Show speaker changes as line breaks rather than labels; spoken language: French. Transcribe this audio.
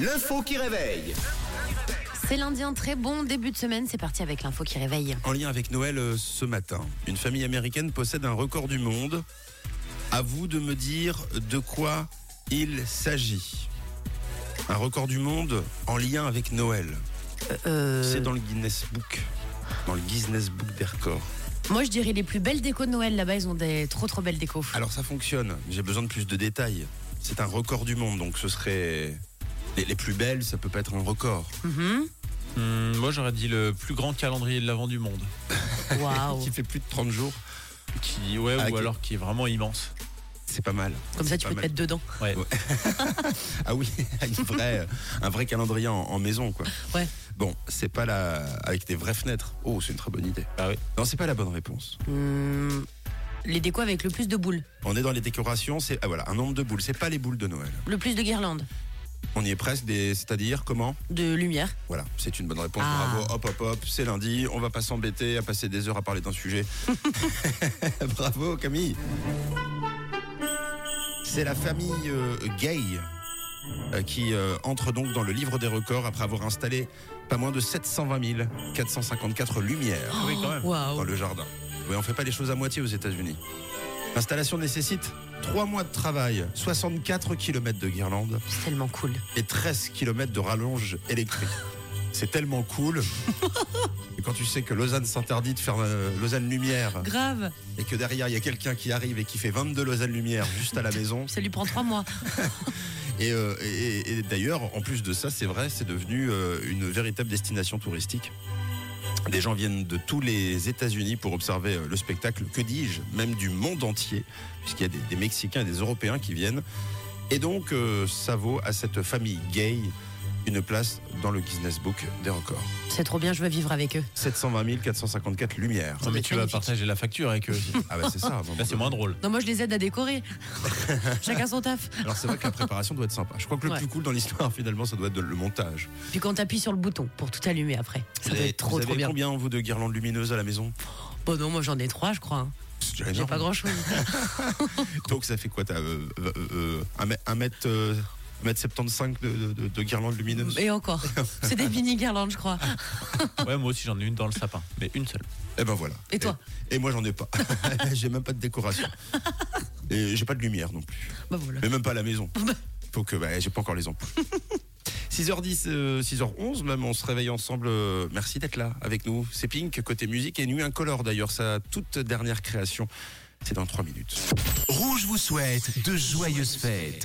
L'info qui réveille.
C'est lundi, un très bon début de semaine. C'est parti avec l'info qui réveille.
En lien avec Noël euh, ce matin, une famille américaine possède un record du monde. À vous de me dire de quoi il s'agit. Un record du monde en lien avec Noël.
Euh,
C'est dans le Guinness Book. Dans le Guinness Book des records.
Moi, je dirais les plus belles décos de Noël. Là-bas, ils ont des trop trop belles décos.
Alors ça fonctionne, mais j'ai besoin de plus de détails. C'est un record du monde, donc ce serait. Les, les plus belles, ça peut pas être un record.
Mhm.
Hmm, moi j'aurais dit le plus grand calendrier de l'avant du monde.
Waouh.
Qui fait plus de 30 jours,
Qui, ouais,
Ah,
ou
qui-
alors qui est vraiment immense.
c'est pas mal.
Comme ça,
C'est
tu
pas
peux te
mal.
mettre dedans.
Ouais.
Ouais. Ah oui, une vraie- euh, un vrai calendrier en, en maison, quoi.
Ouais.
Bon, c'est pas la. avec des vraies fenêtres. Oh, c'est une très bonne idée.
Ah oui.
Non, c'est pas la bonne réponse.
Hmm. Les décos avec le plus de boules,
On est dans les décorations, c'est. ah, voilà, un nombre de boules. C'est pas les boules de Noël.
le plus de guirlandes,
On y est presque, des... c'est-à-dire comment
de lumière.
Voilà, c'est une bonne réponse.
Ah.
Bravo, hop, hop, hop, c'est lundi, on va pas s'embêter à passer des heures à parler d'un sujet. Bravo, Camille. C'est la famille euh, Gay euh, qui euh, entre donc dans le livre des records après avoir installé pas moins de 720 000 454 lumières
Ah oui, quand même.
dans
Waouh.
le jardin. Oui, on fait pas les choses à moitié aux États-Unis. L'installation nécessite 3 mois de travail, 64 km de guirlandes
C'est tellement cool.
et 13 km de rallonge électrique. C'est tellement cool. Et quand tu sais que Lausanne s'interdit de faire euh, Lausanne Lumière
Grave.
et que derrière il y a quelqu'un qui arrive et qui fait 22 Lausanne Lumière juste à la maison.
Ça lui prend trois mois.
Et, euh, et- et d'ailleurs, en plus de ça, c'est vrai, c'est devenu euh, une véritable destination touristique. Des gens viennent de tous les États-Unis pour observer euh, le spectacle, que dis-je, même du monde entier, puisqu'il y a des, des Mexicains et des Européens qui viennent. Et donc, euh, ça vaut à cette famille gay une place dans le Guinness Book des records.
C'est trop bien. Je veux vivre avec eux.
720 454 lumières.
Non,
doit
mais tu
être
vas
magnifique.
partager la facture avec eux. aussi.
Ah bah c'est ça. à un moment
Là c'est moins
donné.
drôle.
Non, moi, je les aide à décorer. Chacun son taf.
Alors c'est vrai que la préparation doit être sympa. Je crois que le
Ouais.
plus cool dans l'histoire finalement, ça doit être le montage.
Puis quand t'appuies sur le bouton pour tout allumer après, ça doit
Et
être trop
vous
trop
avez
bien.
combien vous de guirlandes lumineuses à la maison
Bon non, moi j'en ai trois, je crois. hein.
C'est déjà
J'ai
énorme.
pas grand chose.
Donc ça fait quoi T'as euh, euh, euh, un mè- un mètre, euh, un mètre 75 de, de, de- de guirlande lumineuse
Et encore, c'est des mini guirlandes, je crois.
Ouais, moi aussi j'en ai une dans le sapin, mais une seule.
Et ben voilà.
Et toi
Et, et moi j'en ai pas. j'ai même pas de décoration. Et j'ai pas de lumière non plus.
Bah voilà.
Mais même pas à la maison. Faut que bah, j'ai pas encore les ampoules. 6h10, euh, 6h11 même, on se réveille ensemble. Euh, Merci d'être là avec nous. C'est Pink, côté musique, et Nuit Incolore d'ailleurs, sa toute dernière création. C'est dans 3 minutes.
Rouge vous souhaite de joyeuses fêtes.